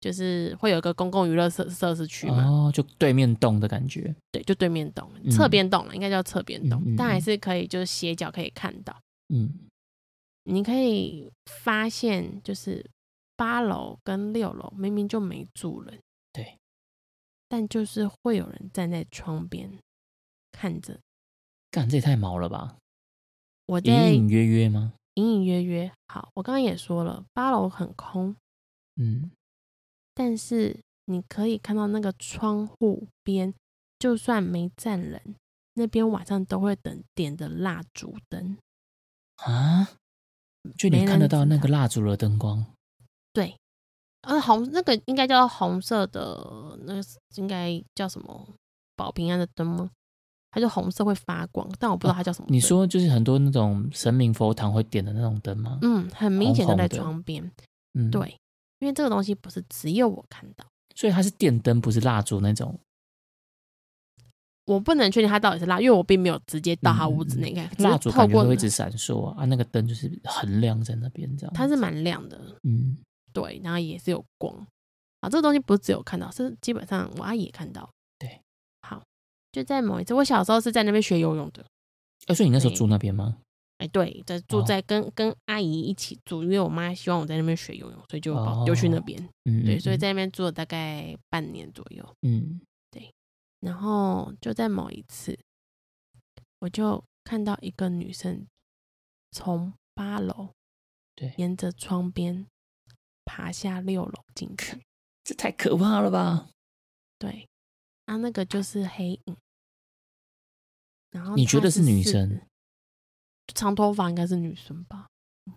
就是会有一个公共娱乐设设施区嘛，哦，就对面洞的感觉，对，就对面洞、嗯侧边洞了，应该叫侧边洞，嗯嗯嗯但还是可以就是斜角可以看到。嗯，你可以发现，就是八楼跟六楼明明就没住人，对，但就是会有人站在窗边看着。干这也太毛了吧？我在隐隐隐约约吗？隐约约，好，我刚刚也说了，八楼很空，嗯，但是你可以看到那个窗户边，就算没站人，那边晚上都会等点的蜡烛灯。啊，就你没看得人到知那道个蜡烛的灯光，对，呃，红那个应该叫红色的，那个是应该叫什么保平安的灯吗？它就红色会发光，但我不知道它叫什么、哦你，说就是很多那种神明佛堂会点的那种灯吗？嗯，很明显红红就在的窗边。嗯，，对，因为这个东西不是只有我看到，所以它是电灯，不是蜡烛那种。我不能确定它到底是蜡，因为我并没有直接到它屋嗯子嗯嗯内看，只是蜡烛透感觉过会一直闪烁啊，啊那个灯就是很亮在那边，这样。它是蛮亮的，嗯，对，然后也是有光。啊，这个东西不是只有看到，是基本上我阿姨也看到。对，好，就在某一次，我小时候是在那边学游泳的。啊，所以你那时候对住那边吗？哎，对，在住哦在跟、跟阿姨一起住，因为我妈希望我在那边学游泳，所以就把我丢去那边。嗯，对，嗯所以嗯在那边住了大概半年左右。嗯，然后就在某一次，我就看到一个女生从八楼对，沿着窗边爬下六楼进去。这太可怕了吧？对，啊，那个就是黑影。然后你觉她得是是女四生？长头发应该是女生吧？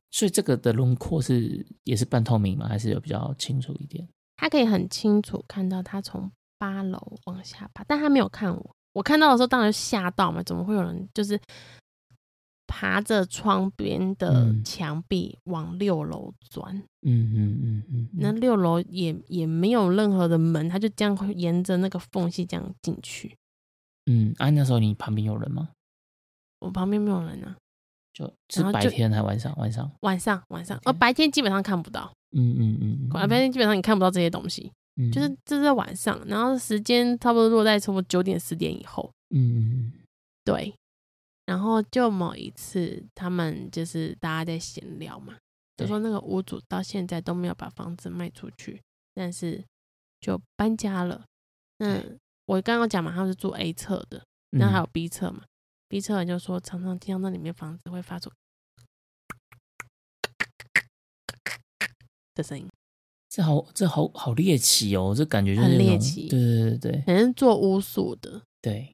所以这个的轮廓是也是半透明吗？还是有比较清楚一点？他可以很清楚看到他从八楼往下爬，但他没有看我。我看到的时候当然就吓到嘛，怎么会有人就是爬着窗边的嗯墙壁往六楼钻？嗯嗯嗯嗯，那六楼也也没有任何的门，他就这样沿着那个缝隙这样进去。嗯，啊，那时候你旁边有人吗？我旁边没有人啊，就是然后白就天还晚上？晚上？晚上晚上， OK 呃，白天基本上看不到，嗯嗯嗯，白天基本上你看不到这些东西，嗯就是这是在晚上，然后时间差不多落在差不多九点十点以后，嗯嗯对，然后就某一次，他们就是大家在闲聊嘛，就对说那个屋主到现在都没有把房子卖出去，但是就搬家了。那我刚刚讲嘛，他们是住 A 侧的，嗯，那还有 B 侧嘛、b 侧人就说常常听到那里面房子会发出的声音，这好这好好猎奇哦，这感觉就是那很猎种奇对对对对可能是做巫术的。对，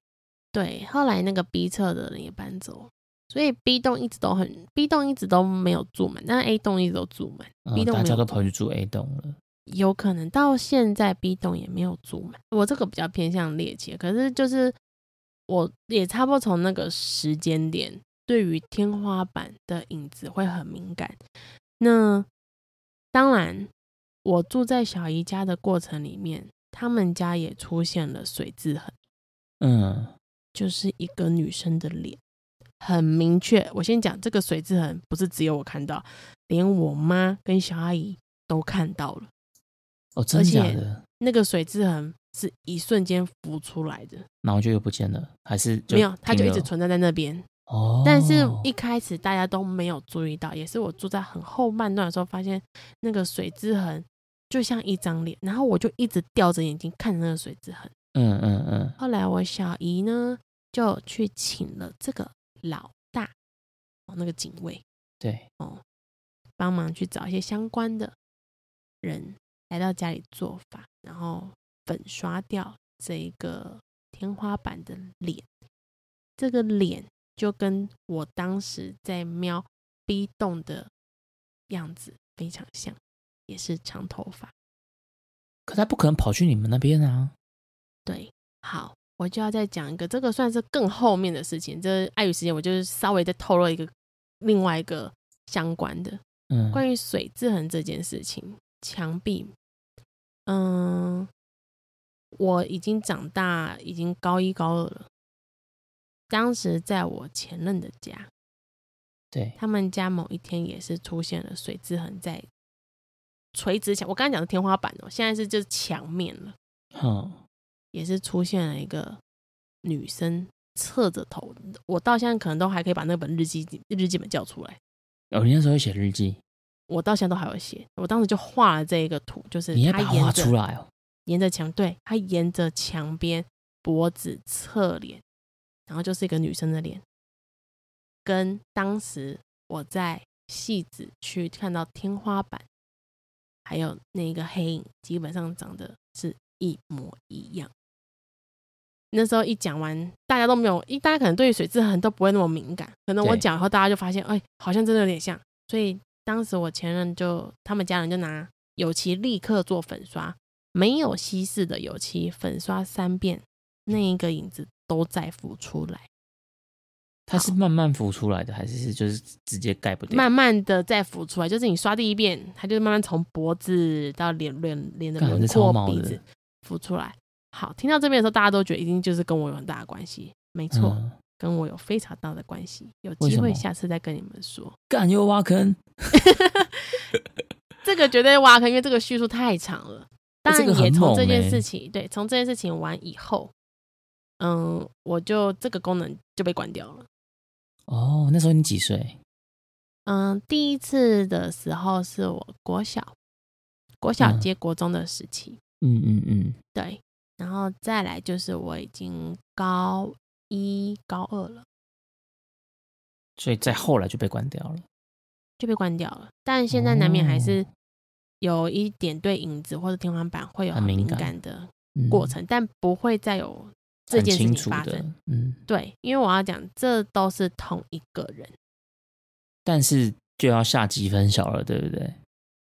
对，后来那个 B 侧的人也搬走了，所以 B 栋一直都很 B 栋一直都没有住满，但是 A 栋一直都住满。B 嗯，栋大没家有都住跑去住 A 栋了，有可能到现在 B 栋也没有住满。我这个比较偏向猎奇，可是就是我也差不多从那个时间点，对于天花板的影子会很敏感。那当然，我住在小姨家的过程里面，他们家也出现了水渍痕。嗯。就是一个女生的脸，很明确。我先讲这个水渍痕，不是只有我看到，连我妈跟小阿姨都看到了。哦，真而假且的？那个水渍痕是一瞬间浮出来的，然后就又不见了，还是就没有，它就停一了直存在在那边。哦。但是一开始大家都没有注意到，也是我住在很后半段的时候，发现那个水渍痕就像一张脸，然后我就一直吊着眼睛看着那个水渍痕。嗯嗯嗯，后来我小姨呢就去请了这个老大，哦，那个警卫对，帮忙去找一些相关的人来到家里做法，然后粉刷掉这一个天花板的脸。这个脸就跟我当时在瞄 B 栋的样子非常像，也是长头发。可他不可能跑去你们那边啊。对，好，我就要再讲一个，这个算是更后面的事情。这碍于时间，我就是稍微再透露一个另外一个相关的嗯，关于水制衡这件事情。墙壁，嗯，我已经长大，已经高一高二了。当时在我前任的家，对，他们家某一天也是出现了水渍痕在垂直墙，我刚才讲的天花板哦，现在是就是墙面了，哼，也是出现了一个女生侧着头，我到现在可能都还可以把那本日记日记本叫出来，哦，你那时候会写日记，我到现在都还有写，我当时就画了这一个图，就是你也她把它沿画着出来哦。沿着墙，对，她沿着墙边脖子侧脸，然后就是一个女生的脸，跟当时我在戏子区看到天花板，还有那个黑影，基本上长得是一模一样。那时候一讲完，大家都没有，一大家可能对于水质痕都不会那么敏感，可能我对讲以后，大家就发现，哎，好像真的有点像。所以当时我前任就他们家人就拿油漆立刻做粉刷，没有稀释的油漆粉刷三遍，那一个影子都在浮出来，它是慢慢浮出来的，还是是就是直接盖不掉？慢慢的再浮出来。就是你刷第一遍，它就慢慢从脖子到脸脸脸的干轮这超廓、毛鼻的子浮出来。好，听到这边的时候，大家都觉得一定就是跟我有很大的关系，没错，嗯，跟我有非常大的关系。有为机什会么下次再跟你们说。干又挖坑，这个绝对挖坑，因为这个叙述太长了。当然哎这个很也从这猛件欸事情，对，从这件事情完以后，嗯，我就这个功能就被关掉了。哦，那时候你几岁？嗯，第一次的时候是我国小，国小嗯接国中的时期，嗯嗯嗯，对，然后再来就是我已经高一、高二了，所以在后来就被关掉了。就被关掉了。但现在难免还是哦有一点对影子或者天花板会有很很敏敏感感的嗯过程，但不会再有这很件事清情楚发生的。，嗯，对，因为我要讲，这都是同一个人，但是就要下几分小了，对不对？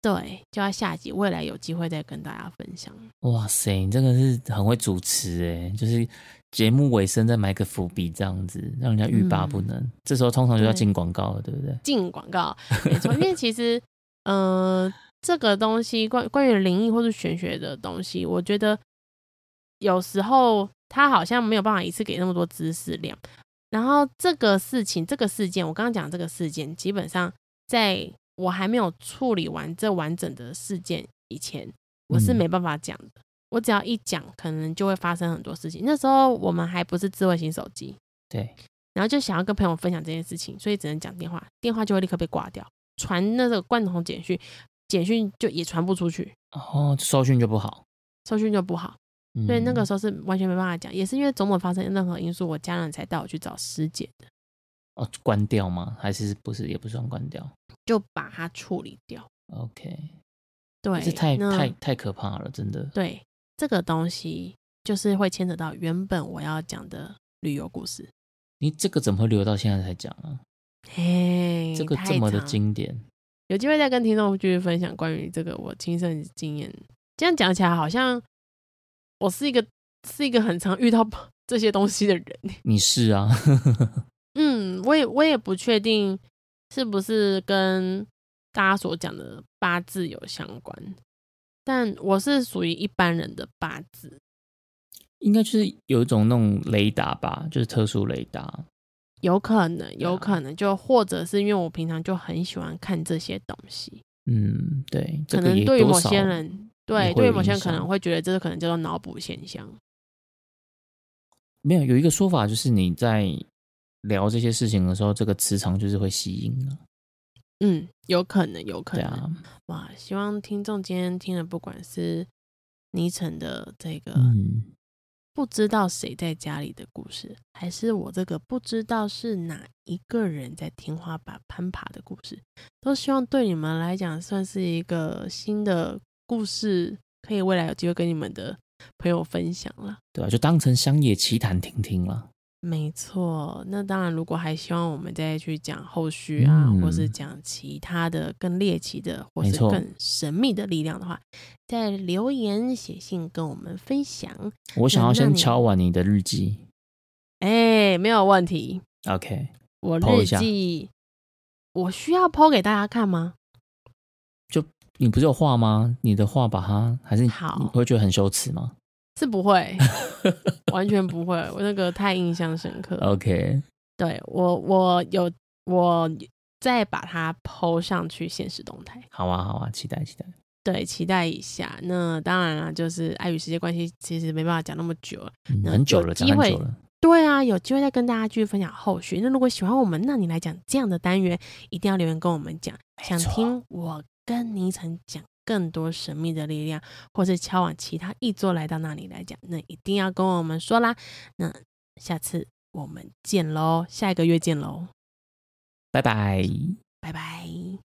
对，就要下集，未来有机会再跟大家分享。哇塞，你这个是很会主持哎，就是节目尾声再埋个伏笔，这样子让人家欲罢不能。这时候通常就要进广告嗯了，对不对？进广告，没错，因为其实，呃，这个东西关关于灵异或是玄学的东西，我觉得有时候它好像没有办法一次给那么多知识量。然后这个事情，这个事件，我刚刚讲这个事件，基本上在我还没有处理完这完整的事件以前，我是嗯没办法讲的。我只要一讲，可能就会发生很多事情。那时候我们还不是智慧型手机，对，然后就想要跟朋友分享这件事情，所以只能讲电话，电话就会立刻被挂掉，传那个贯通简讯，简讯就也传不出去，哦，收讯就不好。收讯就不好，嗯、所以那个时候是完全没办法讲，也是因为种种发生任何因素，我家人才带我去找师姐的，哦，关掉吗？还是不是也不算关掉就把它处理掉。 ？OK，对，这太那太太可怕了，真的。对这个东西就是会牵扯到原本我要讲的旅游故事，你这个怎么会留到现在才讲啊？嘿，这个太这么的长经典，有机会再跟听众继续分享关于这个我亲身经验。这样讲起来，好像我是一个是一个很常遇到 这些东西的人。 你是啊？ 嗯，我也我也不确定是不是跟大家所讲的八字有相关，但我是属于一般人的八字，应该就是有一种那种雷达吧，就是特殊雷达。有可能，有啊可能就或者是因为我平常就很喜欢看这些东西，嗯，对，这可个能也对于多某少些人，对，也对于会某些影人可能响会觉得这个可能叫做脑补现象。没有有一个说法，就是你在聊这些事情的时候，这个磁场就是会吸引啊。嗯，有可能，有可对能。啊，哇，希望听众今天听了，不管是倪晨的这个嗯，不知道谁在家里的故事，还是我这个不知道是哪一个人在天花板攀爬的故事，都希望对你们来讲算是一个新的故事，可以未来有机会跟你们的朋友分享了。对啊，就当成乡野奇谈听听啦。没错，那当然，如果还希望我们再去讲后续啊，嗯或是讲其他的更猎奇的，或没是错更神秘的力量的话，在留言写信跟我们分享，我想那要那先你敲完你的日记哎，没有问题。 ，OK，我 po 日一下记，我需要剖给大家看吗？你不是有画吗？你的画把它还是你好你会觉得很羞耻吗是 不会，完全不会，我那个太印象深刻了。哦？OK，对我，我有我再把它剖上去现实动态。好啊，好啊，期待期待。对，期待一下。那当然了，就是碍于时间关系，其实没办法讲那么久了。嗯那很久有了，机讲很会久了。对啊，有机会再跟大家继续分享后续。那如果喜欢我们，那你来讲这样的单元，一定要留言跟我们讲，想错听我跟倪晨讲更多神秘的力量，或是敲往其他一桌来到那里来讲，那一定要跟我们说啦。那下次我们见喽，下一个月见喽，拜拜。拜拜。